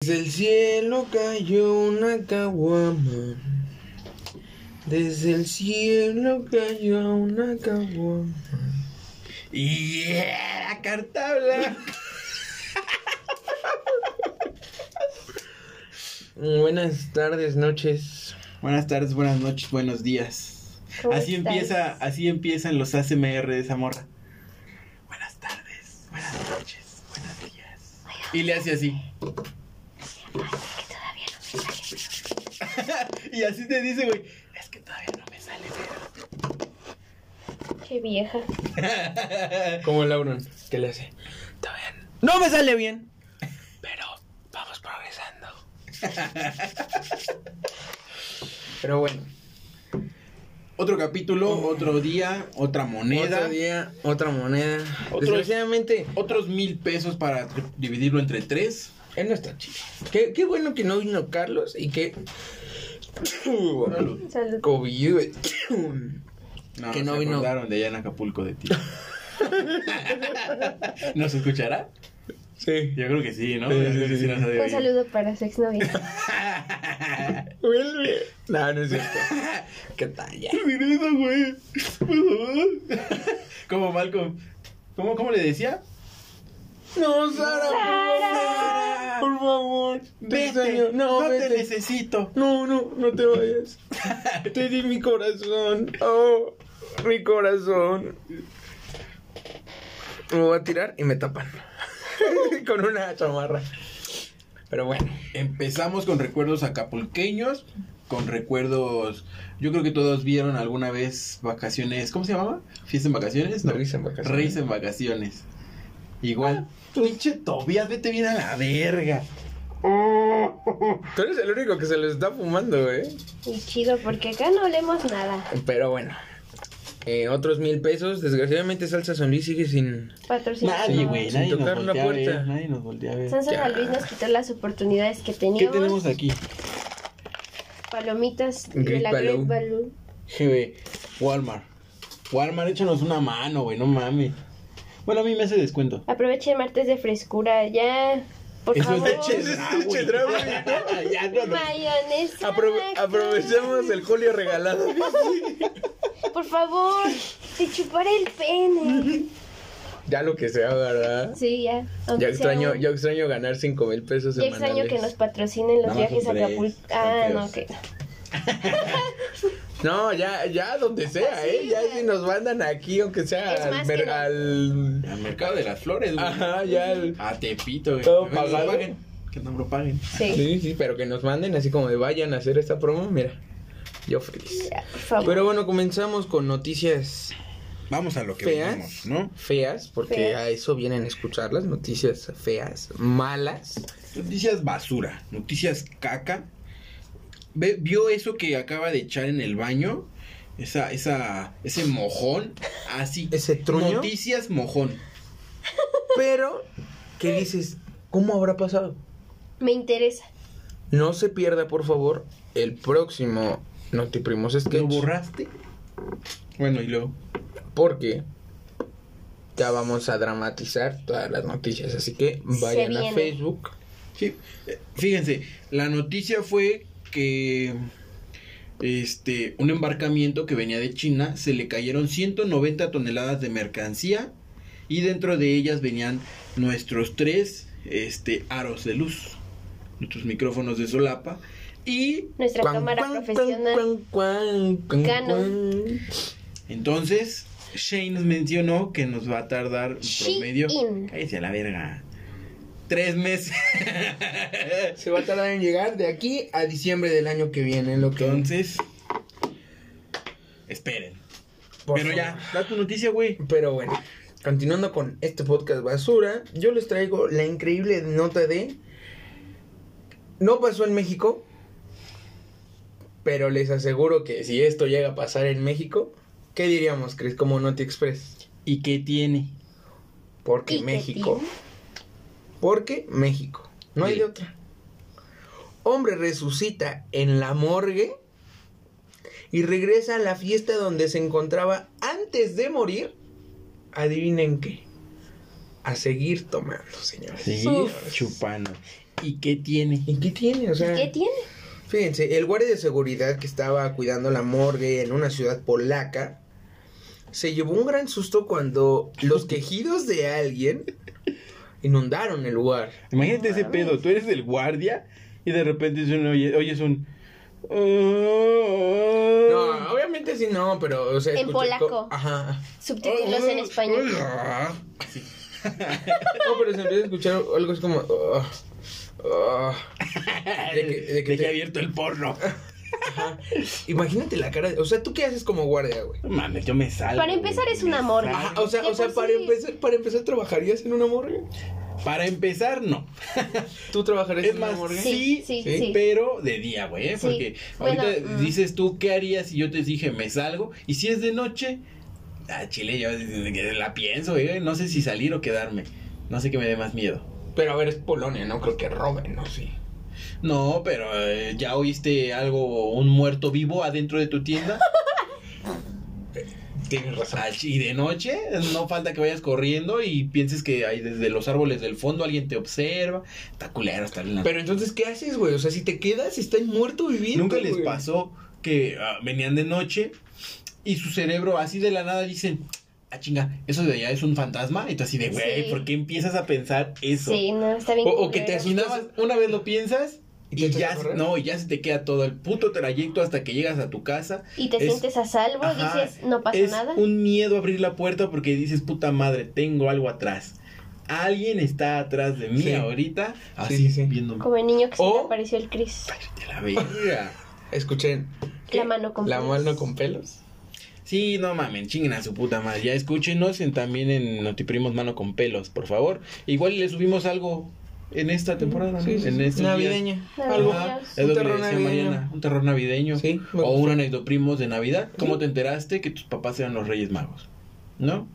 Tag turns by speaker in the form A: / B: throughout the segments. A: Del cielo cayó una caguama. Desde el cielo cayó una caguama.
B: Y era carta blanca.
A: Buenas tardes, noches.
B: Buenas tardes, buenas noches, buenos días.
C: ¿Cómo
B: Así
C: estás?
B: empieza, así empiezan los ACMR de esa morra. Buenas tardes, buenas noches, buenos días. Y le hace así. y así te dice, güey. Es que todavía no me sale, pero.
C: Qué vieja.
A: Como Lauron, que le hace. "Está bien. No me sale bien. Pero vamos progresando. Pero bueno,
B: Otro capítulo, otro día, otra moneda.
A: otro día, otra moneda.
B: Otro-
A: Desgraciadamente,
B: Otros mil pesos para tri- dividirlo entre tres.
A: él no está chido. Qué, qué bueno que no vino Carlos y que.
C: Salud.
A: COVID. güey.
B: No,
A: Que
B: que
A: no
B: no se
A: vino.
B: acordaron de allá en Acapulco de ti. ¿Nos escuchará?
A: Sí.
B: Yo creo que sí, ¿no?
A: Sí,
B: Yo
A: sí,
B: creo que
A: sí.
B: nos ha de
C: Un
B: oír.
C: saludo para su exnovia.
A: Vuelve. No, no es cierto. ¿Qué tal ya?
B: Regresa, güey. Por favor. Como Malcolm. ¿Cómo, ¿Cómo le decía?
A: No, Sara,
B: Sara.
A: por favor. Te
B: Vete,
A: extraño. No, vete.
B: te necesito.
A: No, no, no te vayas. Te di mi corazón. Oh, mi corazón. Me voy a tirar y me tapan. Con una chamarra. Pero bueno.
B: Empezamos con recuerdos acapulqueños, con recuerdos. Yo creo que todos vieron alguna vez vacaciones. ¿Cómo se llamaba? Fiesta en vacaciones, no.
A: Risa en vacaciones.
B: Reyes en vacaciones. Igual. Pinche Tobias, vete bien a la verga.
A: Tú eres el único que se lo está fumando, ¿eh?
C: Y chido, porque acá no olemos nada.
A: Pero bueno. Eh, otros mil pesos. Desgraciadamente Salsa San Luis sigue sin...
C: Patrocinador.
B: Nadie, güey, nadie nos
A: tocar la
B: voltea a
A: puerta.
B: ver. Nadie nos voltea a ver.
C: San
A: Ya.
C: San Luis nos quitó las oportunidades que
B: ¿Qué
C: teníamos.
B: tenemos aquí?
C: Palomitas de
A: Great
C: la
A: Baloo.
C: Great Baloo.
B: GB, Walmart. Walmart, échanos una mano, güey, no mames. Bueno, a mí me hace descuento.
C: Aprovechen martes de frescura, ya. Por
B: Eso es
C: favor.
B: de Chedra,
A: Eso es de Chedra,
B: güey. Ya, no, no.
C: Mayonesa.
A: Aprove- aprovechemos el julio regalado.
C: Por favor, te chuparé el pene.
A: ya lo que sea, ¿verdad?
C: Sí, ya. aunque
A: Ya
C: sea
A: extraño,
C: un-
A: yo extraño ganar cinco mil pesos
C: Ya extraño
A: semanales.
C: que nos patrocinen los
B: Nada más
C: viajes a
B: son tres,
C: Acapulco.
B: son
C: Ah, no, que.
B: feos.
A: No, ya, ya donde sea, ¿eh? Ya si nos mandan aquí, aunque sea
C: Ah, Es
A: al,
C: más
A: ver-
C: que-
A: al-
B: Al mercado de las flores, güey.
A: Ajá, ya al...
B: A Tepito, güey.
A: Todo
B: Que nos
A: pagado.
B: paguen, Que no me lo paguen.
C: Sí.
A: Sí, sí, pero que nos manden así como de vayan a hacer esta promo, mira. Yo feliz.
C: Ya, por favor.
A: Pero bueno, comenzamos con noticias
B: Vamos a lo
A: que Feas. venimos,
B: ¿no?
A: feas, porque
C: Feas.
A: a eso vienen a escuchar las noticias feas, malas.
B: Noticias basura, noticias caca. Ve- ¿Vio eso que acaba de echar en el baño? Esa, esa, ese mojón. Así.
A: Ese truño.
B: Noticias mojón.
A: Pero, ¿qué dices? ¿Cómo habrá pasado?
C: Me interesa.
A: No se pierda, por favor, el próximo Notiprimos Sketch.
B: ¿Lo borraste? Bueno, y luego.
A: porque ya vamos a dramatizar todas las noticias. Así que
C: Se
A: vayan a
C: viene.
A: Facebook.
B: Sí, eh, fíjense, la noticia fue que este un embarcamiento que venía de China se le cayeron 190 toneladas de mercancía y dentro de ellas venían nuestros tres este aros de luz, nuestros micrófonos de solapa y
C: Nuestra
A: Cuan,
C: cámara
A: cuan,
C: profesional.
A: cuan, cuan, cuan,
C: Canon.
A: cuan.
B: entonces Shane nos mencionó que nos va a tardar en promedio
C: Shein.
B: cállese a la verga tres meses
A: Se va a tardar en llegar de aquí a diciembre del año que viene. Lo que
B: entonces esperen
A: por
B: Pero
A: favor.
B: ya, da tu noticia, güey.
A: Pero bueno, continuando con este podcast basura, yo les traigo la increíble nota de. No pasó en México, pero les aseguro que si esto llega a pasar en México, ¿qué diríamos, Chris? Como Noti Express.
B: ¿Y qué tiene?
A: Porque
C: ¿Y qué
A: México.
C: tiene?
A: Porque México. No hay
B: Sí.
A: de otra. Hombre resucita en la morgue y regresa a la fiesta donde se encontraba antes de morir. Adivinen qué. A seguir tomando, señores.
B: Seguir
C: Uf.
B: chupando. ¿Y qué tiene?
A: ¿Y qué tiene? O sea,
C: ¿Qué tiene?
A: Fíjense, el guardia de seguridad que estaba cuidando la morgue en una ciudad polaca se llevó un gran susto cuando los quejidos de alguien inundaron el lugar.
B: Imagínate ese pedo, tú eres el guardia y de repente es un, oye, oyes un... "Oh". No,
A: No, obviamente sí no, pero o sea,
C: En
A: escuché-
C: polaco.
A: Ajá.
C: Subtítulos en español.
A: No, pero se empieza a escuchar algo así como "Ah, ah".
B: De que,
A: de que te-
B: he abierto el porno.
A: Ajá. Imagínate la cara, de- o sea, ¿tú qué haces como guardia, güey?
B: No Mames, yo me salgo.
C: Para empezar,
B: güey,
C: es un
B: me
C: amor.
B: salgo.
A: Ajá, o sea,
C: De
A: o sea,
C: por
A: para
C: sí.
A: empezar, para empezar trabajarías en una morgue.
B: Para empezar, no.
A: ¿Tú trabajarías
B: Es
A: en una
B: más,
A: morgue?
B: sí,
C: Sí,
A: sí,
C: sí.
B: pero de día, güey. ¿eh?
C: Sí.
B: Porque
C: Bueno,
B: ahorita
C: mm.
B: dices tú, ¿qué harías si yo te dije me salgo? Y si es de noche, ah, chile, yo desde que la pienso, güey. No sé si salir o quedarme. No sé qué me dé más miedo.
A: Pero a ver, es Polonia, no creo que roben, ¿no? Sí.
B: No, pero eh, ya oíste algo, un muerto vivo adentro de tu tienda.
A: Tienes razón.
B: Ah, Y de noche, no falta que vayas corriendo y pienses que ahí desde los árboles del fondo alguien te observa. Está culero estar en la
A: Pero entonces, ¿qué haces, güey? O sea, si te quedas, estás muerto viviendo.
B: Nunca les
A: güey.
B: pasó que ah, venían de noche y su cerebro así de la nada dicen, ah chinga, eso de allá es un fantasma. Y tú así de, güey,
C: Sí.
B: ¿por qué empiezas a pensar eso?
C: Sí, no, está bien.
A: O- o que te
C: culero.
B: Y nada más, una vez lo piensas
A: pues ¿Y
B: y,
A: te echas a
B: ya,
A: correr?
B: no, y ya se te queda todo el puto trayecto hasta que llegas a tu casa.
C: Y te
B: es-
C: sientes a salvo,
B: Ajá,
C: dices, no pasa
B: es
C: nada.
B: un miedo abrir la puerta porque dices, puta madre, tengo algo atrás. Alguien está atrás de mí
A: Sí.
B: ahorita, así
A: sí, sí.
B: viéndome.
C: Como el niño que se
A: O-
C: le apareció el Chris.
B: De la verga.
A: Escuchen.
C: La mano con
A: La
C: pelos.
A: mano con pelos.
B: Sí, no mamen, chinguen a su puta madre. Ya escúchenos en- también en Notiprimos Mano con Pelos, por favor. Igual le subimos algo en esta temporada, ¿no?
A: Sí, sí,
B: en
A: sí.
B: estos días.
A: Navideña.
C: Navideña.
A: este Algo.
B: Ajá, es
A: Un
B: lo que le
A: terror
B: decía
A: navideño.
B: Mariana, un terror navideño.
A: Sí, me
B: o
A: gusta.
B: un anecdoprimos de Navidad. ¿Cómo
A: Sí.
B: te enteraste que tus papás eran los Reyes Magos? ¿No?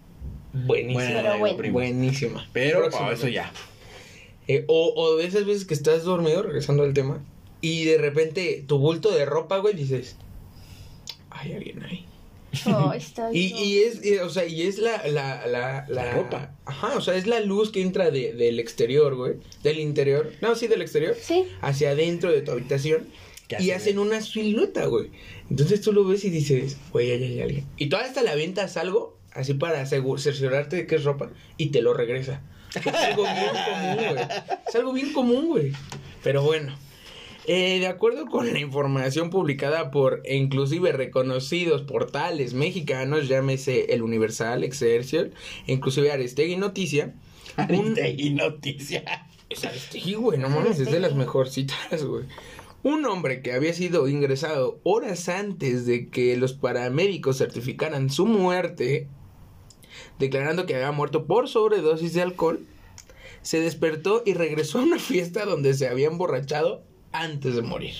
A: Buenísima.
C: Pero bueno.
B: anecdoprimos.
A: Buenísima.
B: Pero
A: Próximo.
B: oh, eso ya.
A: ah, Eh, o, o de esas veces que estás dormido, regresando al tema, y de repente tu bulto de ropa, güey, dices, hay alguien ahí.
C: Oh, está
A: Y,
C: bien.
A: y es, eh, o sea, y es la, la, la,
B: La ropa.
A: Ajá, o sea, es la luz que entra de- del exterior, güey. Del interior. No, sí, del exterior.
C: Sí.
A: Hacia adentro de tu habitación.
B: ¿Qué
A: Y
B: hacen,
A: hacen
B: eh?
A: una silueta, güey. Entonces tú lo ves y dices, güey, ahí hay alguien. Y tú hasta le aventas algo, así para asegu- cerciorarte de que es ropa, y te lo regresa. Es algo bien común, güey. Es algo bien común, güey. Pero bueno. Eh, de acuerdo con la información publicada por e inclusive reconocidos portales mexicanos, llámese El Universal, Excelsior, e inclusive Aristegui Noticia. un-
B: Y noticia.
A: es Aristegui, güey, no mames, es de las mejorcitas, güey. Un hombre que había sido ingresado horas antes de que los paramédicos certificaran su muerte, declarando que había muerto por sobredosis de alcohol, se despertó y regresó a una fiesta donde se había emborrachado antes de morir.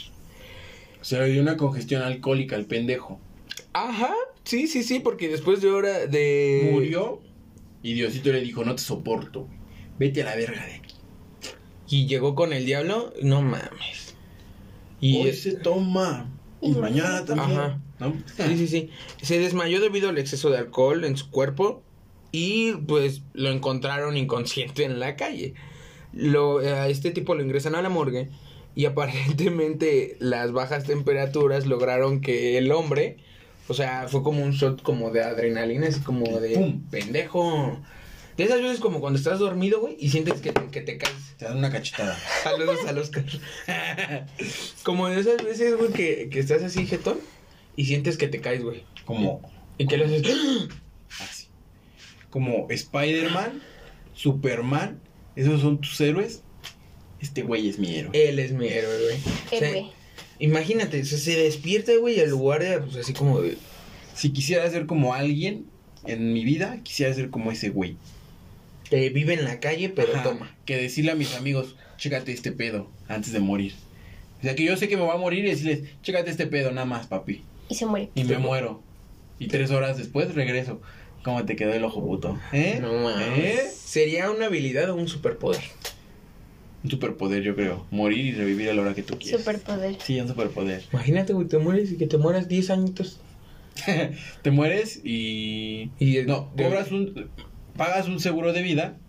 B: Se le dio una congestión alcohólica al pendejo.
A: Ajá, sí, sí, sí, porque después de hora
B: Eh.
A: de...
B: Murió y Diosito le dijo, no te soporto. güey. Vete a la verga de aquí.
A: Y llegó con el diablo, no mames. Y
B: Hoy se toma. Y
C: Y
B: mañana también.
A: Ajá.
B: ¿no?
A: Sí, sí, sí. Se desmayó debido al exceso de alcohol en su cuerpo y pues lo encontraron inconsciente en la calle. Lo, a este tipo lo ingresan a la morgue y aparentemente las bajas temperaturas lograron que el hombre, o sea, fue como un shot como de adrenalina, así como de
B: ¡Pum!
A: pendejo. De esas veces como cuando estás dormido, güey, y sientes que te, que te caes.
B: Te dan una cachetada.
A: Saludos al Oscar. como de esas veces, güey, que, que estás así, jetón, y sientes que te caes, güey.
B: Como
A: ¿Y qué le haces?
B: así. Como Spider-Man, Superman, esos son tus héroes. Este güey es mi héroe.
A: Él es mi héroe, güey. O sea,
C: Héroe.
A: imagínate, o sea, se despierta, güey, y al lugar de, pues, así como de...
B: Si quisiera ser como alguien en mi vida, quisiera ser como ese güey.
A: Te vive en la calle, pero
B: Ajá,
A: toma.
B: Que decirle a mis amigos, chécate este pedo antes de morir. O sea, que yo sé que me va a morir y decirles, chécate este pedo nada más, papi.
C: Y se muere.
B: Y me muero. Y tres horas después regreso. ¿Cómo te quedó el ojo puto? ¿Eh?
A: No mames.
B: ¿Eh?
A: Sería una habilidad o un superpoder.
B: Un superpoder, yo creo. Morir y revivir a la hora que tú quieras.
C: Superpoder.
B: Sí, un superpoder.
A: Imagínate, güey, te mueres y que te mueras 10 añitos.
B: Te mueres y.
A: Y
B: No,
A: de-
B: cobras un. Pagas un seguro de vida,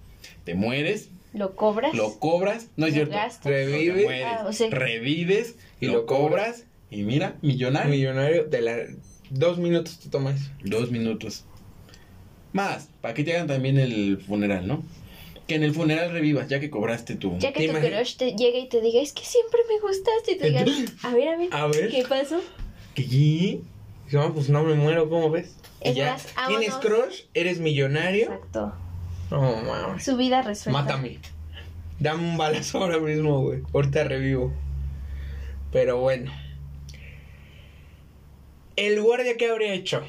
B: te mueres,
C: ¿Lo cobras?
B: lo cobras, no es
C: Lo
B: cierto,
C: gastas.
A: Revive.
B: revives,
C: Ah, o sea.
B: revives,
A: Y
B: lo,
A: lo
B: cobras, y mira,
A: Ah.
B: millonario,
A: Millonario de la... Dos minutos te tomas.
B: dos minutos. Más, para que te hagan también el funeral, ¿no? Que en el funeral revivas, ya que cobraste tu...
C: Ya
A: ¿Te
C: que tu
A: imaginas?
C: crush te llega y te diga, es que siempre me gustaste, y te digan, a ver, a ver,
A: A ver.
C: ¿qué pasó?
B: ¿Qué?
A: Dije, "Ah, pues no me muero, ¿cómo ves? Y
C: Es
A: ya.
C: más,
A: ¿Tienes
C: vámonos.
A: crush? ¿Eres millonario?
C: Exacto.
A: No, mames.
C: Su vida resuelta.
A: Mátame. Dame un balazo ahora mismo, güey. Ahorita revivo. Pero bueno. El guardia que habría hecho.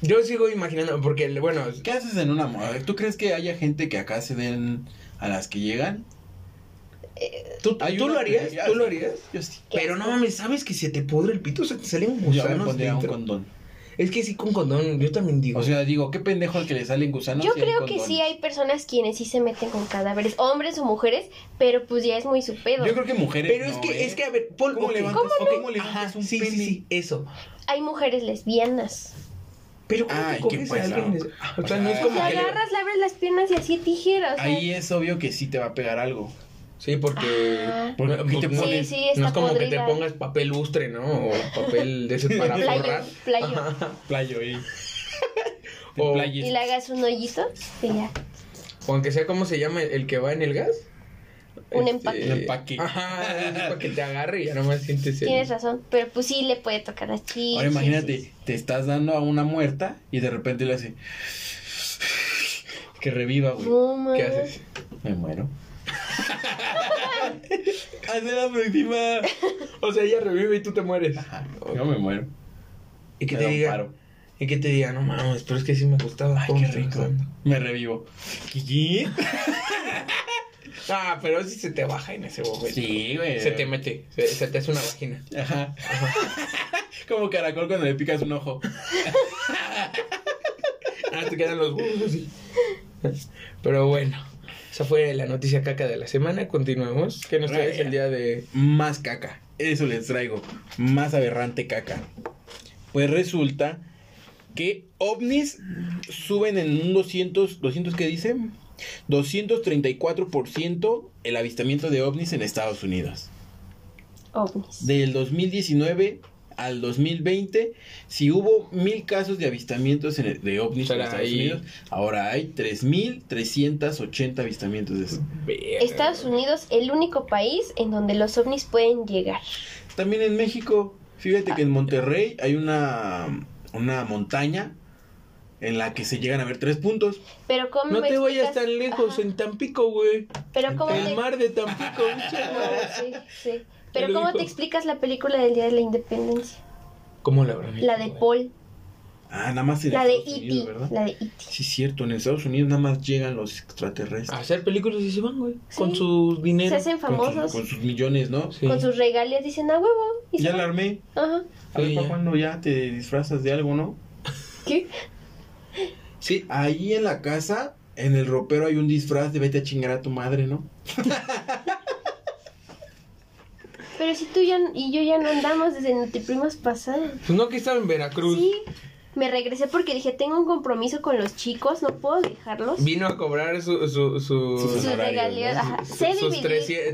A: Yo sigo imaginando, porque, el- bueno,
B: ¿Qué haces en una moda? ¿Tú crees que haya gente que acá se den a las que llegan?
A: ¿tú,
B: Hay
A: tú
B: una
A: lo
B: que
A: harías,
B: ya
A: tú lo
B: sí,
A: harías.
B: Yo sí.
C: ¿Qué
A: Pero no
C: asco?
A: mames, ¿sabes que se te pudre el pito? Se te salen
B: Yo me
A: gusanos
B: pondría un
A: dentro.
B: condón.
A: Es que sí, con condón, yo también digo.
B: O sea, digo, qué pendejo el que le salen gusanos.
C: Yo
B: si hay
C: creo que
B: condones.
C: sí hay personas quienes sí se meten con cadáveres, hombres o mujeres, pero pues ya es muy su pedo.
B: Yo creo que mujeres.
A: pero es
B: no,
A: que,
B: ¿eh?
A: es que, a ver, Paul,
B: ¿Cómo
A: ok,
B: levantas-
A: ok,
B: cómo levantas
A: ajá,
B: un
A: sí, sí,
B: pene?
A: sí, eso.
C: Hay mujeres lesbianas.
A: Pero ¿cómo
B: Ay,
A: te
B: qué
A: coges a
B: pesado.
A: alguien? O sea, no es
B: Ay.
C: Te
A: como que le-
C: agarras, le abres las piernas y así tijera, o sea,
B: Ahí es obvio que sí te va a pegar algo.
A: Sí, porque,
C: Ah.
B: Porque
A: no,
B: aquí te
A: no-
B: pones-
C: Sí, sí, está
A: no es como que te
C: podrida.
A: pongas papel lustre, ¿no? O papel de ese para
C: Playo,
A: forrar.
C: playo.
A: Ajá.
B: Playo, eh. Te
A: O-
B: playes.
C: y le hagas un hoyito y ya.
A: O aunque sea como se llama el que va en el gas. Este,
C: Un empaque.
B: Un empaque.
A: Ajá, es para que te agarre y ya nomás sientes el...
C: Tienes razón, pero pues sí le puede tocar a ti.
B: Ahora imagínate, te estás dando a una muerta y de repente le hace. Que reviva, güey.
C: No, mames.
A: ¿Qué haces?
B: Me muero. Haz la próxima.
A: O sea, ella revive y tú te mueres.
B: Ajá, Ah, Yo me muero.
A: Y que
B: Me
A: te
B: da un
A: diga...
B: paro.
A: Y que te diga, no mames, pero es que sí me gustaba.
B: Ay, qué rico. Me revivo. ¿Qué?
A: Ah, pero sí se te baja en ese momento.
B: Pues Sí, güey.
A: Se te mete, se, se te hace una vagina.
B: Ajá. Como caracol cuando le picas un ojo.
A: Ah, te quedan los huevos así. Pero bueno, esa fue la noticia caca de la semana. Continuemos. ¿Qué nos traes el día de
B: Más caca. Eso les traigo. Más aberrante caca. Pues resulta que ovnis suben en un 200, 200 ¿qué dice? 234% el avistamiento de ovnis en Estados Unidos.
C: Ovnis.
B: Del 2019 al 2020, si hubo mil casos de avistamientos en el- de ovnis en
A: Será
B: Estados
A: ahí.
B: Unidos, ahora hay 3.380 avistamientos de eso.
C: Estados Unidos, el único país en donde los ovnis pueden llegar.
B: También en México, fíjate que en Monterrey hay una, una montaña en la que se llegan a ver tres puntos.
C: Pero cómo
A: No
C: me
A: te vayas
C: explicas-
A: tan lejos,
C: Ajá.
A: en Tampico, güey.
C: Pero cómo
A: El
C: te
A: mar de Tampico, mucha-
C: No, sí, sí.
A: Lo
C: Pero ¿cómo
A: dijo.
C: te explicas la película del Día de la Independencia?
A: ¿Cómo la habrán
C: La
A: hecho,
C: de
A: güey?
C: Paul,
B: Ah, nada más en
C: la de E
B: Estados Unidos,
C: E.T.,
B: ¿verdad?
C: la de E.T.
B: Sí, es cierto, en Estados Unidos nada más llegan los
A: A
B: extraterrestres.
A: hacer películas y se van, güey.
C: Sí.
A: Con su dinero.
C: Se hacen
B: Con sus-
C: famosos
B: Con sus, millones, ¿no?
A: Sí.
C: con sus regalías, dicen, ah, huevo. y se
B: Ya
C: van.
B: la armé.
C: Ajá.
B: A ver,
A: Sí,
B: ¿para
A: ya.
B: cuándo ya te disfrazas de algo, no?
C: ¿Qué?
A: Sí.
B: Ahí en la casa, en el ropero hay un disfraz de vete a chingar a tu madre, ¿no?
C: Pero si tú ya, y yo ya no andamos desde Notiprimas pasada.
A: Pues no que estaba en Veracruz.
C: Sí. Me regresé porque dije, tengo un compromiso con los chicos, no puedo dejarlos.
A: Vino a cobrar su... su, su-
B: Sus
C: Sus
B: horarios,
C: regalías,
B: ¿no?
C: ajá.
A: sus-
C: Sé
A: sus,
C: dividir,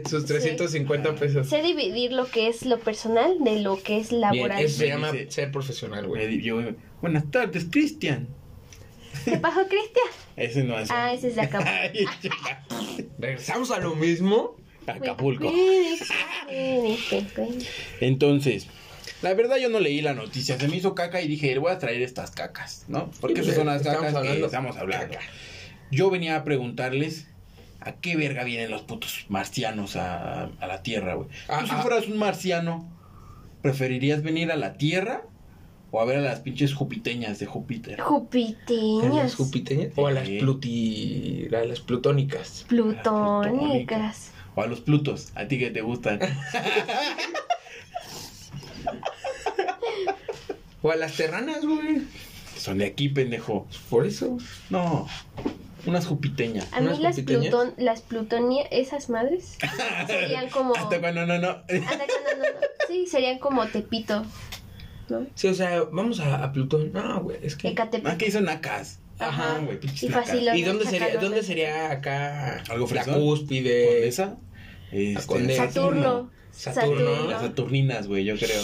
A: 300 sus
C: Sí.
A: 350 pesos.
C: sé dividir lo que es lo personal de lo que es
A: Bien,
C: laboral.
A: eso se
B: Me
A: llama
B: dice-
A: ser profesional,
B: Me
A: güey.
B: di- yo, buenas tardes, Cristian.
C: ¿Qué pasó, Cristian?
B: Ese no es.
C: Ah, ese es de Acapulco.
B: Ay, chica.
A: Regresamos a lo mismo.
B: Acapulco.
C: Pero
B: Entonces, la verdad yo no leí la noticia, se me hizo caca y dije, voy a traer estas cacas, ¿no? Porque
A: Sí,
B: esas
A: pues,
B: son las
A: estamos
B: cacas que
A: hablando
B: estamos hablando.
A: caca.
B: Yo venía a preguntarles a qué verga vienen los putos marcianos a, a la Tierra, güey.
A: Ah,
B: Tú si
A: ah.
B: fueras un marciano, ¿preferirías venir a la Tierra o a ver a las pinches jupiteñas de Júpiter?
A: ¿A las
C: Jupiteñas.
A: jupiteñas? O a las
B: Sí.
A: pluti... a las plutónicas.
C: Plutónicas.
B: O a los plutos, a ti que te gustan.
A: O a las terranas, güey.
B: Son de aquí, pendejo.
A: Por eso.
B: No, unas jupiteñas.
C: A mí
A: ¿Unas
C: las
A: jupiteñas?
C: plutón, las plutonia, esas madres serían como.
B: Hasta cuando Ah, no, no.
C: Hasta cuando no, no. Sí, serían como Tepito. ¿No?
A: Sí, Ah, o sea, vamos a, a Plutón. No, güey, es que.
C: Ecatepec.
B: Más Ah, que hizo nacas. Ajá, güey, pinches
C: Y
B: placadas.
C: fácil.
A: ¿Y dónde sería,
C: sacarlos
A: dónde
C: de-
A: sería acá la
B: ¿Algo fresón?
A: cúspide?
B: Condesa. Eh, Este,
A: Condesa.
C: Saturno.
A: Saturno.
B: Las Saturninas, güey, yo creo.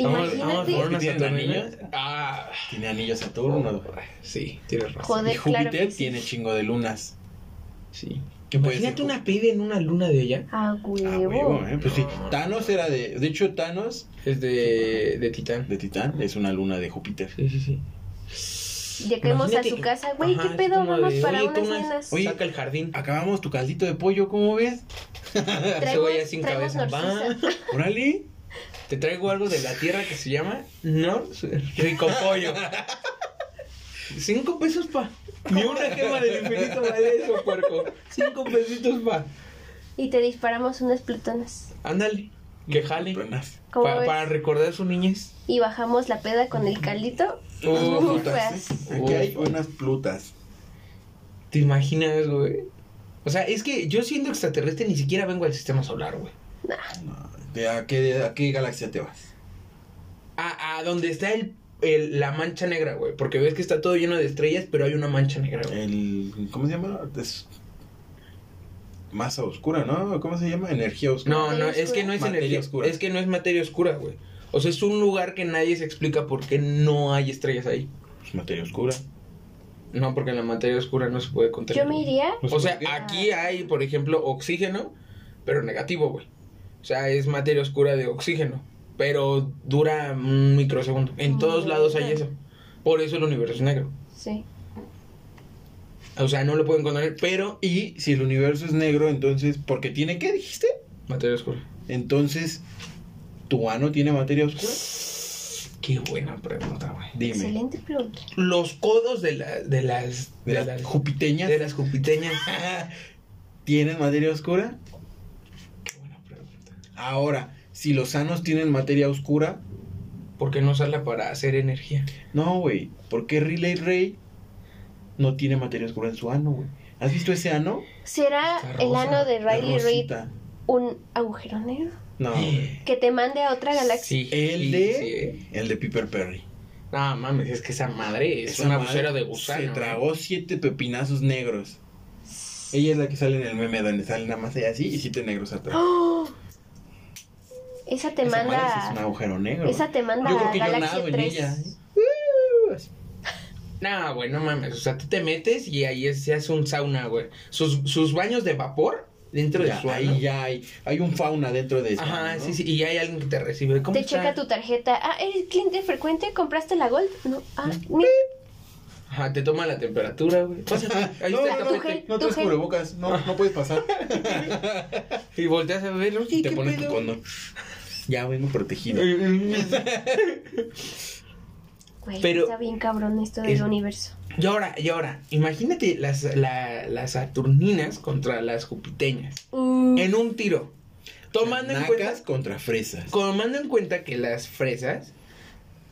A: Vamos, vamos
C: Imagínate.
A: por una
B: ¿Tiene
A: Saturnina.
B: anillo?
A: Ah, Oh,
B: Tiene anillo Saturno. güey.
A: sí, tienes razón.
C: Joder,
B: y
C: claro
B: Júpiter
C: que sí.
B: tiene chingo de lunas.
A: Sí.
B: ¿Qué puede
A: Imagínate
B: ser?
A: una pibe en una luna de ella.
C: A
B: Ah, huevo,
C: huevo.
B: eh, Pues sí. Thanos era de. De hecho, Thanos
A: Es de, de Titán.
B: de Titán es una luna de Júpiter.
A: Sí, sí, sí.
C: Llegamos a
A: Imagínate-
C: su casa, güey,
A: Ajá,
C: ¿qué
A: es
C: pedo?
A: como de,
C: Vamos para
A: oye, tú
C: unas
A: no es-
C: cenas.
B: Oye,
A: Saca el jardín.
B: Acabamos tu caldito de pollo, ¿cómo ves?
A: Ese güey ya
C: Traemos,
A: sin
C: traemos
A: cabeza. Va.
C: narcisa.
B: Órale.
A: Te traigo algo de la tierra que se llama no rico pollo. Cinco pesos pa. Ni una gema del infinito vale eso, puerco. Cinco pesitos pa.
C: Y te disparamos unas plutonas.
A: Ándale, que jale.
B: Buenas.
C: ¿Cómo
A: Pa-
C: ves?
A: para recordar su niñez.
C: Y bajamos la peda con el caldito.
B: Oh,
A: Uh,
C: Uy,
B: Plutas,
C: feas.
B: ¿eh? Aquí hay unas plutas.
A: ¿Te imaginas, güey? O sea, es que yo siendo extraterrestre ni siquiera vengo al sistema solar, güey.
B: No, ¿De a qué, a qué galaxia te vas?
A: A, a donde está el, el- la mancha negra, güey. Porque ves que está todo lleno de estrellas, pero hay una mancha negra, güey.
B: El, ¿Cómo se llama? Es masa oscura, ¿no? ¿Cómo se llama? Energía oscura.
A: No,
C: Materia
A: no, es que
C: oscura.
A: no es
B: Materia
A: energía
B: oscura.
A: oscura. Es que no es materia oscura, güey. O sea, es un lugar que nadie se explica por qué no hay estrellas ahí.
B: Es Pues materia oscura.
A: No, porque la materia oscura no se puede contener.
C: Yo me iría.
B: No sé
A: O
B: Pues, por
A: sea,
B: qué.
A: aquí hay, por ejemplo, oxígeno, pero negativo, güey. O sea, es materia oscura de oxígeno, pero dura un microsegundo. En todos
C: Mm.
A: lados hay eso. Por eso el universo es negro.
C: Sí.
A: O sea, no lo pueden contener, pero
B: Y si el universo es negro, entonces, porque tiene qué dijiste?
A: materia oscura.
B: Entonces, ¿tu ano tiene materia oscura?
A: Qué buena pregunta, güey.
B: Dime.
C: Excelente pregunta.
A: Los codos de, la- de las
B: ¿De las jupiteñas
A: de las jupiteñas.
B: tienen materia oscura?
A: Qué buena pregunta.
B: Ahora, si los sanos tienen materia oscura,
A: ¿Por qué no sale para hacer energía?
B: no, güey. ¿Por qué Relay Ray no tiene materia oscura en su ano, güey? ¿Has visto ese ano?
C: ¿Será
A: Está
C: el
A: rosa,
C: ano de
B: Es
C: Riley Reid
B: rosita.
C: un agujero negro?
B: No, güey.
C: Que te mande a otra galaxia.
A: Sí,
B: El
A: sí,
B: de.
A: sí, eh.
B: El de Piper Perry.
A: No mames, es que esa madre es
B: Esa
A: una
B: madre
A: bucera de gusano. ¿eh?
B: Se tragó siete pepinazos negros. Ella es la que sale en el meme donde sale nada más ella así y siete negros atrás.
C: ¡Oh! Esa te
B: Esa madre
C: manda.
B: sí es un agujero negro.
C: Esa te manda
B: Yo creo
C: a
B: que yo
C: Galaxia
B: nado en
C: 3.
B: ella. ¿eh?
A: No, güey, no mames. O sea, tú te metes y ahí es- se hace un sauna, güey. Sus, sus baños de vapor dentro
B: Ya,
A: de su ano.
B: ahí ya hay, hay un fauna dentro de eso.
A: Ajá, sí, sí. Y hay alguien que te recibe. ¿Cómo
C: Te
A: está?
C: checa tu tarjeta. Ah, ¿eres cliente frecuente? ¿Compraste la Gold? No. Ah, mira.
A: Ajá, te toma la temperatura, güey. Pásate. Ahí
B: No,
A: está el
B: no, no,
A: tapete. Ah.
B: no
C: Tú,
B: traes
C: Gen.
B: cubrebocas, no, no puedes pasar.
A: Y volteas a ver. Oye,
B: Y te
A: ¿qué
B: pones tu
A: pedo?
B: condón. Ya vengo protegido.
C: Güey,
A: Pero-
C: está bien cabrón esto del
A: Es-
C: universo.
A: Y ahora, y ahora, imagínate las, la- las saturninas contra las jupiteñas.
C: Mm,
A: En un tiro. Tomando en
B: Nacas
A: cuenta
B: contra fresas.
A: Tomando en cuenta que las fresas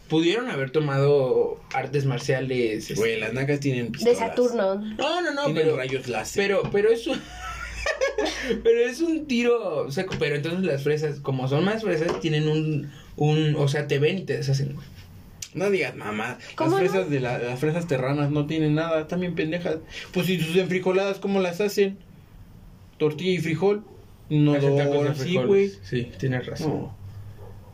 A: pudieron haber tomado artes marciales. este-
B: Güey, las nacas tienen
C: de
B: pistolas.
C: Saturno.
A: No, no, no,
B: Tienen
A: pero,
B: rayos láser.
A: pero, pero es un. pero es un tiro seco. Pero entonces las fresas, como son más fresas, tienen un. un o sea, te ven y te deshacen, güey.
B: No digas mamá. Las
C: ¿Cómo
B: fresas de la- las fresas terranas no tienen nada, están bien pendejas. Pues si sus enfrijoladas cómo las hacen? Tortilla y frijol. No
A: Hacen tacos de
B: sí,
A: frijoles.
B: güey.
A: Sí, tienes razón.
B: No.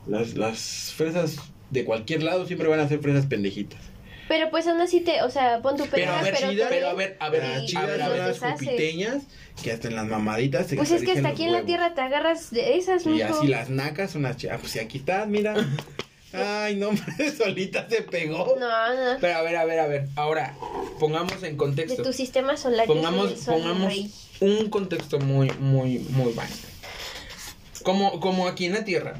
B: Las, las fresas de cualquier lado siempre van a ser fresas pendejitas.
C: Pero pues aún así te, o sea, pon tu
A: Pero
C: pendeja,
A: a ver,
C: pero,
A: chida,
C: te
A: pero a
C: ven.
A: ver, a ver,
B: Las
C: y-
A: chida,
B: Ah, chidas
A: a ver,
C: y
A: a ver.
B: son
C: los
B: las
C: deshaces.
B: jupiteñas que hasta en las mamaditas se
C: Pues es que
B: rigen
C: hasta
B: los
C: aquí en la
B: huevos.
C: Tierra te agarras de esas,
B: Y
C: mijo.
B: así las nacas son las chidas. Ah, pues aquí estás, mira. Ay, no, solita se pegó.
C: No, no.
A: Pero a ver, a ver, a ver. Ahora, pongamos en
C: De
A: contexto.
C: tu sistema solar. yo soy
A: pongamos,
C: el sol,
A: pongamos
C: rey.
A: un contexto muy, muy, muy vasto. Como, como aquí en la Tierra,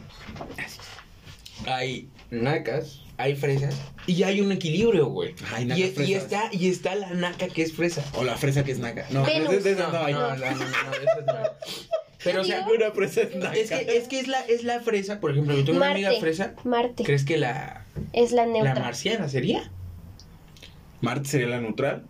A: hay nacas, hay fresas y hay un equilibrio, güey.
B: Ay, nacas,
A: y, y
B: fresas.
A: está, y está la naca que es fresa.
B: O la fresa que es naca. No,
C: Venus.
B: de- de esas no
A: no,
B: hay.
A: no, no, no, no, eso es no. Pero, o sea,
C: ¿Qué
B: Una fresa es naca.
A: es que, es que es la, es la fresa, por ejemplo, yo tengo una amiga
C: Marte.
A: fresa,
C: Marte.
A: ¿crees que la,
C: Es la
A: la
C: neutra.
A: marciana sería?
B: Marte sería la neutral.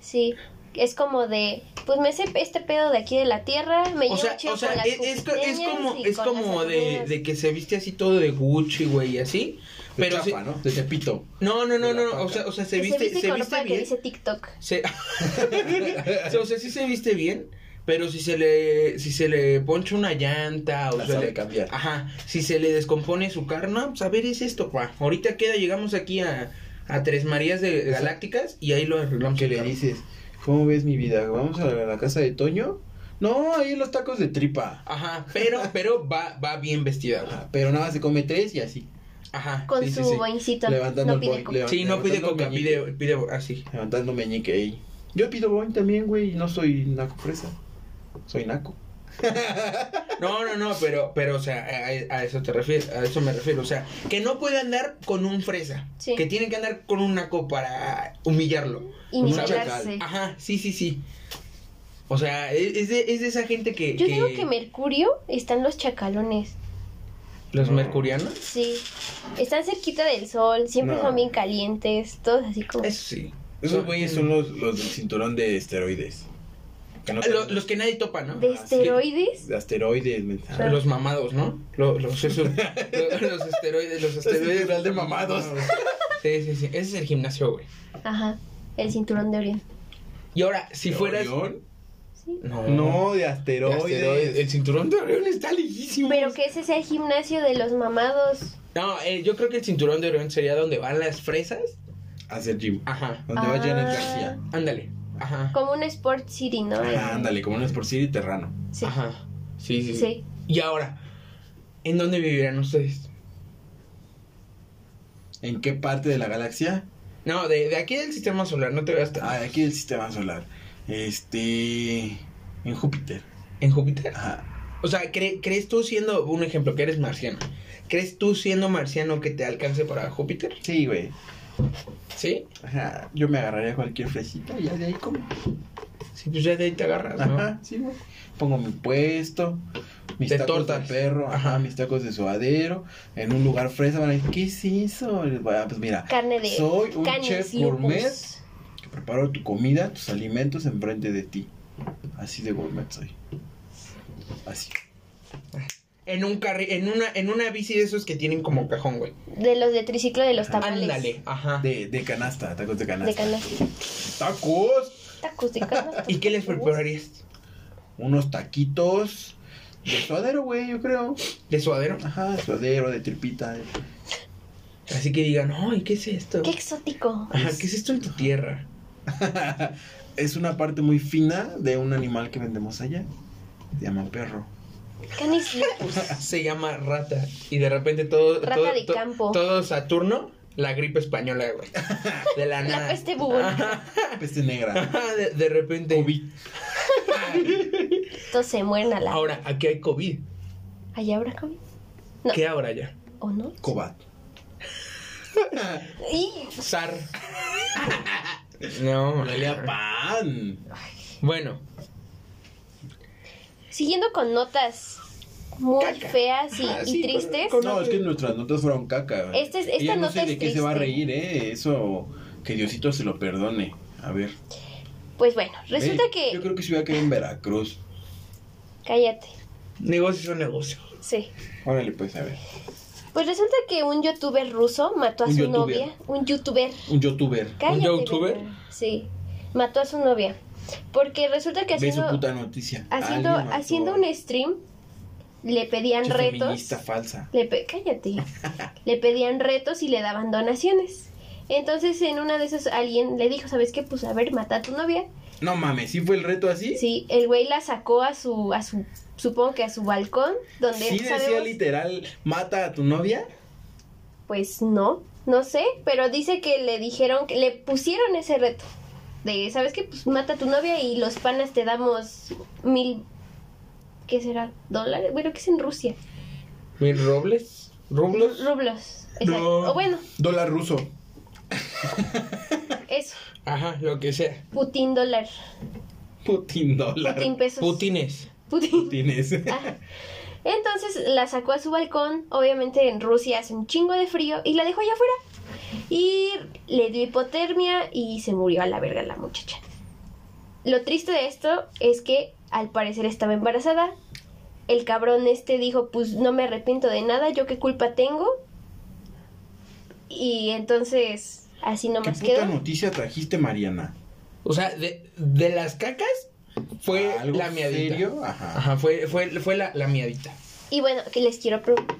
C: Sí. Es como de, pues me sé este pedo de aquí de la Tierra, me llevo
A: O sea,
C: chido
A: o sea, e,
C: con las
A: es, es co- es
C: jupiteñas
A: como,
C: y
A: es
C: con las
A: como de,
C: saturninas.
A: de que se viste así todo de Gucci, güey, y así. Pero
B: Pero
A: sí-
B: ¿no? De Tepito.
A: No, no, no,
B: De la
A: no, o
B: paca.
A: sea, o sea, se
C: Se
A: viste, se
C: con
A: viste
C: ropa que
A: bien.
C: dice TikTok.
A: Se... o sea, sí se viste bien, pero si se le, si se le poncha una llanta o
B: La
A: se
B: sabe
A: le-
B: cambiar.
A: Ajá, si se le descompone su carro, no, pues a ver, es esto, pa. Ahorita queda, llegamos aquí a, a Tres Marías de Galácticas y ahí lo arreglamos.
B: Que
A: el
B: le
A: carro.
B: dices, ¿cómo ves mi vida? ¿Vamos a la casa de Toño? No, ahí los tacos de tripa.
A: Ajá, pero, pero va, va bien vestida, güey.
B: Ajá, pero nada más se come tres y así.
A: Ajá.
C: Con
A: sí, sí,
C: su
A: sí.
C: boincito.
B: Levantando
C: No
B: el
C: pide
B: boin,
C: coca.
B: leva-
A: Sí, no pide
B: levantando
A: coca,
B: meñique.
A: pide, ah, pide así.
B: Levantando meñique ahí. Yo pido boing también, güey. y No soy naco fresa. Soy naco.
A: No, no, no, pero, pero, o sea, a, a eso te refieres, a eso me refiero. O sea, que no puede andar con un fresa.
C: Sí.
A: Que tiene que andar con un naco para humillarlo.
C: Y
B: Como
C: ni
B: un chacal.
C: echarse.
A: Ajá, sí, sí, sí. O sea, e, es es de, es de esa gente que...
C: Yo digo que Mercurio están los chacalones.
A: ¿Los mercurianos?
C: Sí. Están cerquita del sol, siempre
B: No.
C: son bien calientes, todos así como.
A: Eso sí.
B: Esos güeyes son los, los del cinturón de esteroides. Que no
A: Ah, lo-
B: tienen-
A: los que nadie topa, ¿no?
C: ¿De
B: Ah, sí.
C: esteroides?
B: de asteroides, men.
A: Ah, Los mamados, ¿no? Lo- Los, esos- lo- los, esteroides, los esteroides.
B: cinturón de mamados.
A: Sí, sí, sí. Ese es el gimnasio, güey.
C: Ajá. El cinturón de Orión.
A: Y ahora, si
B: ¿De
A: fueras...
B: Orión?
C: Sí.
A: No,
B: No, de
A: de
B: asteroides.
A: asteroides. El cinturón de Orión está lejísimo.
C: Pero que ese es el gimnasio de los mamados.
A: No, eh, yo creo que el cinturón de Orión sería donde van las fresas.
B: Hacer gym.
A: Ajá.
B: Donde va
C: Ah.
B: Janet García.
A: Ándale. Ajá.
C: Como un Sport City, ¿no?
B: Ah, ándale, como un por y terrano.
C: Sí.
A: Ajá. Sí, sí, sí.
C: Sí.
A: Y ahora, ¿en dónde vivirán ustedes?
B: ¿En qué parte de la galaxia?
A: No, de, de aquí del sistema solar, no te veas tan...
B: Ah, aquí el sistema solar. Este. En Júpiter.
A: ¿En Júpiter?
B: Ajá.
A: O sea, cre- ¿crees tú siendo, un ejemplo, que eres marciano? ¿Crees tú siendo marciano que te alcance para Júpiter?
B: Sí, güey.
A: ¿Sí?
B: Ajá. Yo me agarraría cualquier fresita y ya de ahí como.
A: Sí, pues ya de ahí te agarras, ¿no?
B: Ajá, sí, güey. Pongo mi puesto. Mis
A: De
B: tacos
A: tortas.
B: de perro, ajá,
A: Ajá.
B: mis tacos de suadero, en un lugar fresa, van a decir, ¿qué es eso? Les voy a- Pues mira,
C: Carne de.
B: soy un
C: canis
B: chef
C: lupus.
B: gourmet que preparo tu comida, tus alimentos enfrente de ti. Así de gourmet soy. Así.
A: En un carri en una, en una bici de esos que tienen como cajón, güey.
C: De los de triciclo de los tamales.
A: Ándale, ajá.
B: De, de canasta, tacos de canasta.
C: De canasta.
B: ¡Tacos!
C: Tacos de canasta.
A: ¿Y qué les prepararías?
B: Unos taquitos de suadero, güey, yo creo.
A: ¿De suadero?
B: Ajá, de suadero, de tripita. de-
A: Así que digan, ay, ¿qué es esto?
C: Qué exótico.
A: Ajá, ¿qué es esto en tu tierra?
B: es una parte muy fina de un animal que vendemos allá. Se llama perro.
C: Canis lupus.
A: Se llama rata. Y de repente todo.
C: Rata
A: todo,
C: de
A: to-
C: campo.
A: Todo Saturno, la gripe española, güey. De la nada.
C: La peste bubónica.
B: Peste negra.
A: Ajá, de, de repente.
B: COVID.
C: Todos se mueren a la.
A: Ahora, aquí hay COVID.
C: ¿Allá habrá COVID? No.
A: ¿Qué habrá ya?
C: ¿O no?
B: Cobat.
C: Y
A: SAR. No.
B: Huele a pan.
A: Bueno,
C: siguiendo con notas muy
A: Caca.
C: feas y,
A: Ah,
C: y
A: sí, con-
C: tristes.
A: con-
B: No, es que nuestras notas fueron caca.
C: Este es- esta
B: Ella no
C: nota
B: sé
C: es
B: de qué se va a
C: triste.
B: reír, ¿eh? Eso, que Diosito se lo perdone. A ver.
C: Pues bueno, resulta
B: ve,
C: que.
B: Yo creo que se iba a quedar en Veracruz.
C: Cállate.
A: negocios son negocios.
C: Sí.
B: Órale, pues, a ver.
C: Pues resulta que un youtuber ruso mató a
B: Un
C: su
B: youtuber.
C: novia. Un youtuber.
B: Un youtuber.
C: Cállate,
A: youtuber?
C: Beto. Sí. Mató a su novia. Porque resulta que
B: Ve su
C: haciendo,
B: puta noticia.
C: haciendo,
B: Alguien mató
C: haciendo
B: a
C: un stream le pedían
B: pinche
C: retos.
B: feminista falsa.
C: Le pe- cállate. le pedían retos y le daban donaciones. Entonces en una de esas alguien le dijo, ¿sabes qué? Pues a ver, mata a tu novia.
B: No mames, ¿sí fue el reto así?
C: Sí, el güey la sacó a su, a su, supongo que a su balcón, donde
B: ¿Sí decía
C: sabemos-
B: literal, mata a tu novia.
C: Pues no, no sé, pero dice que le dijeron, que le pusieron ese reto. De, ¿sabes qué? Pues mata a tu novia y los panas te damos mil... ¿Qué será? ¿Dólares? Bueno, que es en Rusia.
A: ¿Mil robles? ¿Rublos?
C: Rublos. Exacto. O bueno,
B: Dólar ruso.
C: eso.
A: Ajá, lo que sea.
C: Putin dólar.
B: Putin dólar.
C: Putin Ah, pesos.
A: Putines.
C: Putin.
B: Putines.
C: Ajá. Entonces la sacó a su balcón, obviamente en Rusia hace un chingo de frío, y la dejó allá afuera. Y le dio hipotermia y se murió a la verga la muchacha. Lo triste de esto es que al parecer estaba embarazada. El cabrón este dijo, pues no me arrepiento de nada, yo qué culpa tengo. Y entonces, así
B: ¿Qué
C: nomás
B: puta
C: quedó.
B: noticia trajiste, Mariana?
A: O sea, de, de las cacas fue
B: ¿Algo
A: la miadita.
B: serio? Ajá.
A: Ajá, fue, fue, fue la, la miadita.
C: Y bueno, que les quiero preguntar.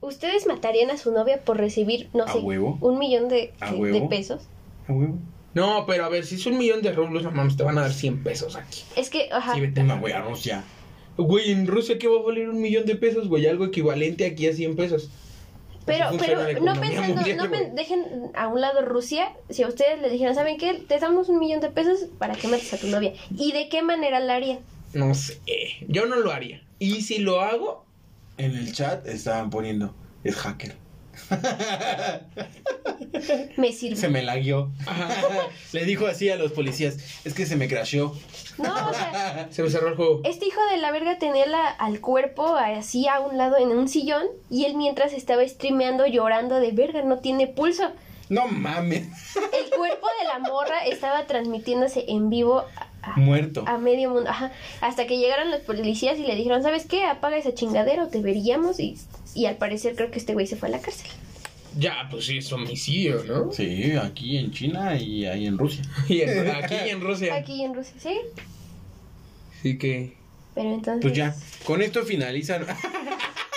C: ¿Ustedes matarían a su novia por recibir, no
B: ¿A
C: sé,
B: huevo?
C: un millón de,
B: ¿A
C: de- de
B: huevo?
C: pesos?
B: ¿A huevo?
A: No, pero a ver, si es un millón de rublos, no mames, te van a dar 100 pesos aquí.
C: Es que, ajá,
A: Sí, vete a
B: Una
A: la
B: wea
A: wea.
B: Rusia.
A: Güey, en Rusia, ¿qué va a valer un millón de pesos, güey? Algo equivalente aquí a 100 pesos.
C: pero,
A: Así funciona la
C: pero no
A: economía
C: pensando,
A: mundial,
C: no
A: güey.
C: pen- dejen a un lado Rusia, si a ustedes les dijeran, ¿saben qué? Te damos un millón de pesos para que mates a tu novia. ¿Y de qué manera la harían?
A: No sé, yo no lo haría. Y si lo hago,
B: En el chat estaban poniendo, es hacker.
C: Me sirve.
B: Se me lagueó. Le dijo así a los policías, es que se me crasheó.
C: No, o sea,
A: se me cerró el juego.
C: este hijo de la verga tenía la- al cuerpo así a un lado en un sillón y él mientras estaba streameando llorando de verga, no tiene pulso.
B: No mames.
C: El cuerpo de la morra estaba transmitiéndose en vivo a, a-
B: Muerto.
C: a medio mundo. Ajá. Hasta que llegaron los policías y le dijeron, ¿sabes qué? Apaga esa chingadera o te veríamos. Y, y al parecer creo que este güey se fue a la cárcel.
A: Ya, pues sí, es homicidio, ¿no?
B: Sí, aquí en China y ahí en Rusia.
A: Y en- aquí y en Rusia.
C: Aquí en Rusia, sí.
A: Así que.
C: Pero entonces...
B: Pues ya, con esto finalizan.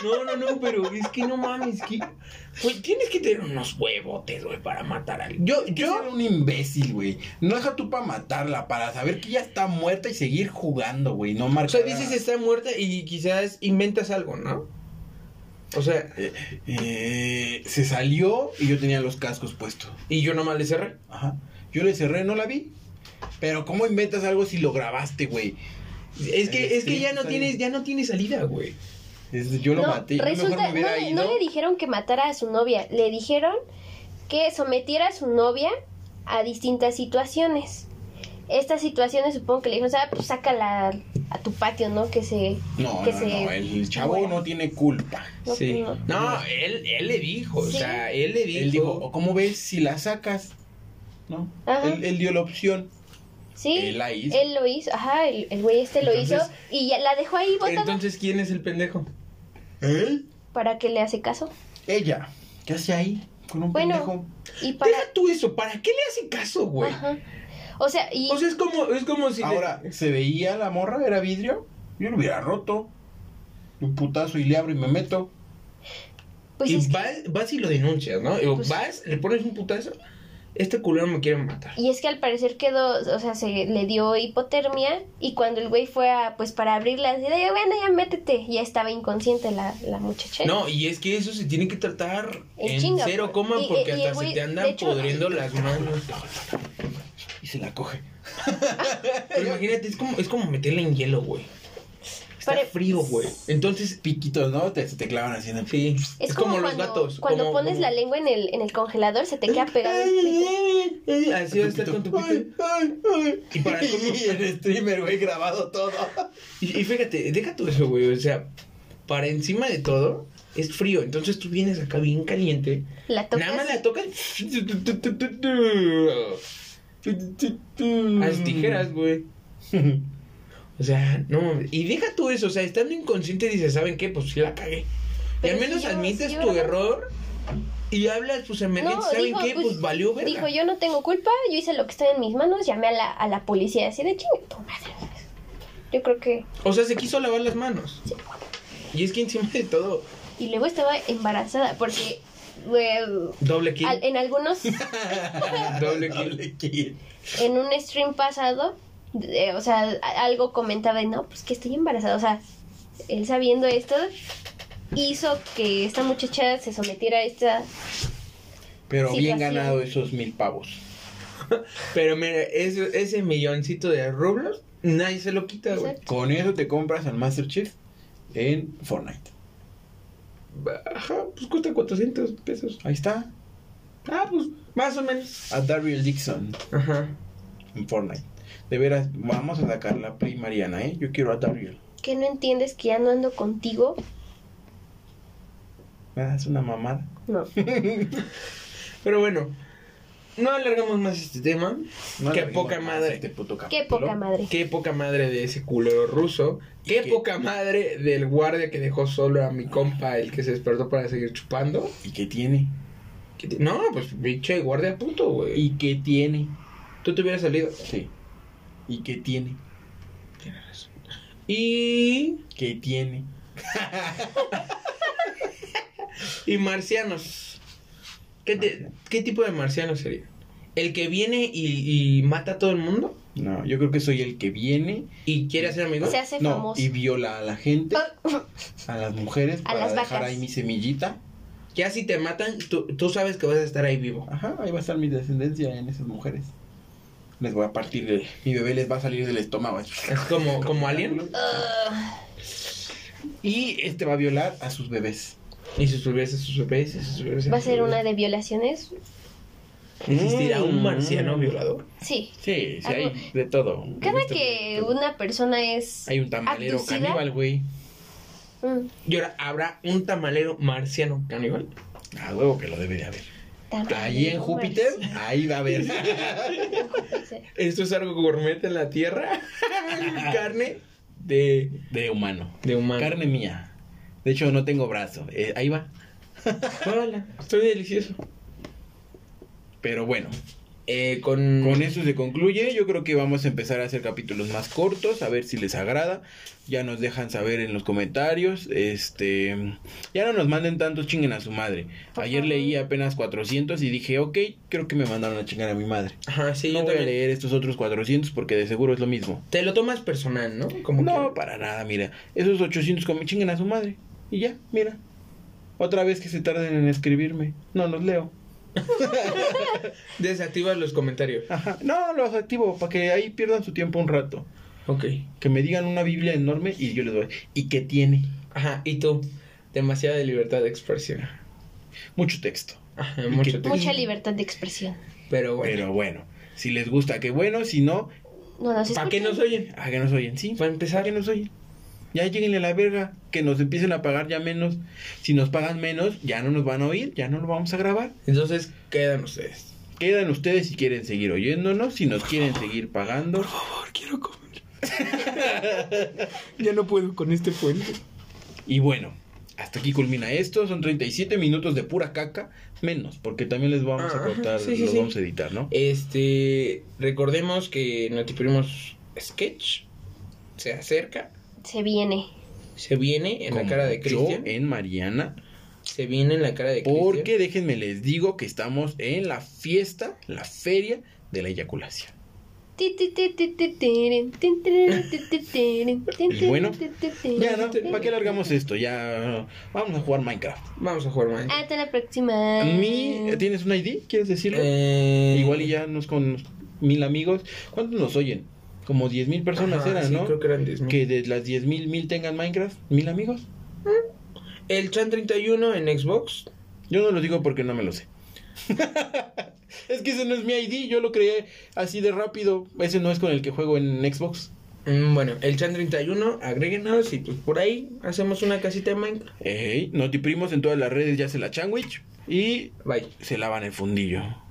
A: No, no, no, pero es que no mames, que. Pues tienes que tener unos huevotes, güey, para matar a alguien. Yo,
B: Yo era
A: yo.
B: un imbécil, güey. No deja tú para matarla, para saber que ya está muerta y seguir jugando, güey. No
A: O
B: marca.
A: sea, dices está muerta y quizás inventas algo, ¿no? O sea,
B: Eh, se salió y yo tenía los cascos puestos.
A: y yo nomás le cerré.
B: Ajá. Yo le cerré, no la vi. Pero ¿cómo inventas algo si lo grabaste, güey?
A: Es que, es que
B: Sí,
A: ya no
B: está
A: tienes,
B: bien.
A: ya no tienes salida, güey.
B: Es- yo lo
C: No,
B: maté. Yo
C: resulta,
B: mejor me
C: no,
B: hubiera
C: le-
B: ido.
C: no le dijeron que matara a su novia, le dijeron que sometiera a su novia a distintas situaciones. Estas situaciones supongo que le dijeron, "Ah, pues sácala a tu patio, ¿no? Que se...
B: no,
C: que
B: no,
C: se-
B: no, el chavo
C: muera".
B: no tiene culpa.
C: No,
A: Sí.
C: no.
A: No, él, él le dijo,
C: Sí.
A: o sea, él le dijo.
B: Él dijo, ¿cómo ves si la sacas? ¿No?
C: Ajá.
B: Él, él dio la opción.
C: Sí,
B: Él la hizo.
C: él lo hizo, ajá, el el güey este lo hizo
A: Entonces-
C: y ya la dejó ahí botada
A: Entonces, ¿quién es el pendejo?
B: ¿Él?
C: para que le hace caso.
B: Ella. ¿Qué hace ahí? Con un
C: Bueno,
B: pendejo.
C: Y para...
A: Deja tú eso, ¿para qué le hace caso, güey?
C: Ajá. O sea, y...
A: O sea, es como, es como si... le-
B: Ahora, ¿se veía la morra? ¿Era vidrio? Yo lo hubiera roto. Un putazo y le abro y me meto.
C: pues
A: y
C: es que-
A: vas, vas y lo denuncias, ¿no? Y
C: Pues-
A: vas, le pones un putazo, este culero me quiere matar.
C: Y es que al parecer quedó, o sea, se le dio hipotermia y cuando el güey fue a, pues para abrirla, así de, bueno, ya métete, ya estaba inconsciente la, la muchacha.
A: No, y es que eso se tiene que tratar
C: En
A: en
C: chinga,
A: cero
C: pues.
A: coma
C: Y- y-
A: porque
C: y el
A: hasta se
C: güey,
A: te
C: de
A: andan
C: hecho-
A: podriendo las manos.
B: Y se la coge.
A: Pero imagínate, es como, es como meterle en hielo, güey. Está
C: Pare-
A: frío, güey. Entonces,
B: Piquitos, ¿no? Te, se te clavan así en el
A: sí,
C: Es, como,
A: los
C: cuando,
A: gatos.
C: Cuando
A: como-
C: pones
A: como-
C: la lengua en el, en el congelador, se te queda pegado. el pito.
A: Así va a estar con tu pito.
B: Ay, ay, ay.
A: Y para cómo-
B: Y el streamer, güey, grabado todo.
A: Y, y fíjate, deja tú eso, güey. O sea, para encima de todo, es frío. Entonces tú vienes acá bien caliente.
C: La tocas.
A: Nada más la tocas. A las
B: Las
A: tijeras, güey. O sea, no mames. Y deja tú eso. O sea, estando inconsciente dices, ¿saben qué? Pues sí la cagué. Y
C: Pero
A: al menos
C: si yo-
A: admites
C: si yo
A: tu
C: no-
A: error y hablas, pues en
C: No,
A: ¿saben
C: dijo,
A: qué? Pues, valió verga.
C: Dijo, yo no tengo culpa, yo hice lo que está en mis manos, llamé a la, a la policía, así de chinga, tu madre. Yo creo que...
A: O sea, se quiso lavar las manos. Y es que encima de todo,
C: Y luego estaba embarazada, porque... güey,
A: doble kill.
C: al- eh, en algunos...
A: Doble kill.
B: kill.
C: en un stream pasado, eh, o sea, a- algo comentaba de, no, pues que estoy embarazada, o sea, él sabiendo esto hizo que esta muchacha se sometiera a esta...
B: Pero bien
C: Situación.
B: ganado esos mil pavos.
A: Pero mira, ese, ese milloncito de rublos, nadie se lo quita, güey.
C: Exacto.
B: Con eso te compras al Master Chief en Fortnite.
A: Ajá, pues cuesta 400 pesos.
B: Ahí está.
A: Ah, pues más o menos.
B: A Daryl Dixon
A: Ajá.
B: en Fortnite. De veras, vamos a sacar la Play Mariana, ¿eh? Yo quiero a Daryl.
C: ¿Qué no entiendes que ya no ando contigo?
B: Ah, Es una mamada.
C: No.
A: Pero bueno, no alargamos más este tema.
B: No
A: qué
B: le vimos
A: poca
B: más
A: madre.
B: este puto
C: Qué
B: capítulo.
C: poca madre.
A: Qué poca madre de ese culero ruso. Qué
B: qué-
A: poca madre del guardia que dejó solo a mi compa, el que se despertó para seguir chupando.
B: ¿Y qué tiene?
A: ¿Qué ti- No, pues pinche guardia puto, güey.
B: ¿Y qué tiene?
A: Tú te hubieras salido.
B: Sí. ¿Y qué tiene?
A: Y.
B: ¿Qué tiene?
A: Y marcianos. ¿Qué, te- ¿Qué tipo de marciano sería? ¿El que viene y, y mata a todo el mundo?
B: No, yo creo que soy el que viene.
A: ¿Y quiere hacer amigos?
C: Se hace
B: no,
C: famoso. Ah.
B: y viola a la gente, a las mujeres,
C: A
B: para
C: las
B: dejar
C: vacas.
B: ahí mi semillita.
A: Ya si te matan, tú, tú sabes que vas a estar ahí vivo.
B: Ajá, ahí va a estar mi descendencia en esas mujeres. Les voy a partir de. Mi bebé les va a salir del estómago. así.
A: Es como, como alien.
C: Ah,
B: Y este va a violar a sus bebés.
A: Y sus bebés, sus bebés, sus bebés.
C: ¿Va a ser una de violaciones?
A: ¿Existirá un marciano
B: Mm.
A: violador?
C: Sí.
B: Sí, sí,
C: Algo-
B: hay de todo.
C: Cada
B: Este-
C: que una persona es...
B: Hay un tamalero
C: abducida-
B: caníbal, güey.
C: Mm,
A: Y ahora, ¿habrá un tamalero marciano caníbal?
B: A huevo que lo debe de haber.
C: también
B: Ahí en
C: un
B: Júpiter,
C: marciano.
B: ahí va a haber.
A: Esto es algo gourmet en la Tierra. Carne de,
B: De humano.
A: de humano.
B: Carne mía. De hecho, no tengo brazo. Eh, ahí va.
A: Órale, estoy delicioso.
B: Pero bueno,
A: Eh, con...
B: con eso se concluye. Yo creo que vamos a empezar a hacer capítulos más cortos, a ver si les agrada. Ya nos dejan saber en los comentarios. Este, ya no nos manden tantos chinguen a su madre.
C: Por
B: Ayer
C: favor.
B: leí apenas 400 y dije, ok, creo que me mandaron a chingar a mi madre.
A: Ajá, sí,
B: No
A: yo
B: voy a
A: también.
B: leer estos otros 400 porque de seguro es lo mismo.
A: Te lo tomas personal, ¿no? Como
B: No,
A: que-
B: para nada, mira. Esos 800 como chinguen a su madre. Y ya, mira. Otra vez que se tarden en escribirme. No los leo.
A: Desactivas los comentarios.
B: Ajá. No, los activo para que ahí pierdan su tiempo un rato.
A: Ok.
B: Que me digan una Biblia enorme y yo les doy. ¿Y qué tiene?
A: Ajá, y tú. Demasiada libertad de expresión.
B: Mucho texto.
A: Ajá,
B: ¿Y
A: mucho
B: qué-
A: texto.
C: Mucha libertad de expresión.
A: Pero bueno.
B: Pero bueno, si les gusta, qué bueno. Si no,
C: No nos
A: ¿Para qué
C: escuchan.
A: nos oyen?
B: ah, que nos oyen. Sí,
A: Para
B: ah,
A: empezar.
B: que nos oyen. Ya lleguenle a la verga. Que nos empiecen a pagar ya menos. Si nos pagan menos, ya no nos van a oír. Ya no lo vamos a grabar.
A: Entonces, quedan ustedes.
B: Quedan ustedes si quieren seguir oyéndonos, si nos quieren seguir pagando.
A: favor, quiero comer. ya no puedo con este puente.
B: Y bueno, hasta aquí culmina esto. Son 37 minutos de pura caca, menos, porque también les vamos a
A: Ah,
B: cortar,
A: sí, sí,
B: los
A: sí.
B: vamos a editar, ¿no?
A: Este. Recordemos que Notiprimo's Sketch se acerca.
C: Se viene.
A: Se viene en la
B: Como
A: cara de
B: yo
A: Cristian.
B: en Mariana,
A: Se viene en la cara de Cristian.
B: porque déjenme les digo que estamos en la fiesta, la feria de la eyaculación.
C: Ti, ti, ti, ti, ti, tirin, tin, tirin, ti, ti, tirin, tin,
B: Y bueno,
C: tirin, ti, ti, tirin,
B: Ya, ¿no?
C: tin,
B: ¿Para qué largamos esto? Ya vamos a jugar Minecraft.
A: Vamos a jugar, man.
C: Hasta la próxima.
B: Mi, ¿Tienes un ID? ¿Quieres decirlo?
A: Eh,
B: Igual y ya nos con mil amigos. ¿Cuántos nos oyen? Como 10 mil personas
A: Ajá,
B: eran,
A: sí,
B: ¿no?
A: creo que eran 10,000.
B: Que de las 10 mil, mil tengan Minecraft, mil amigos.
A: El Chan 31 en Xbox.
B: Yo no lo digo porque no me lo sé. es que ese no es mi ID, yo lo creé así de rápido. Ese no es con el que juego en Xbox.
A: Mm, Bueno, el Chan 31, agréguenos y pues por ahí hacemos una casita de Minecraft.
B: Ey, notiprimos en todas las redes, ya se la changuich y
A: Bye.
B: se lavan el fundillo.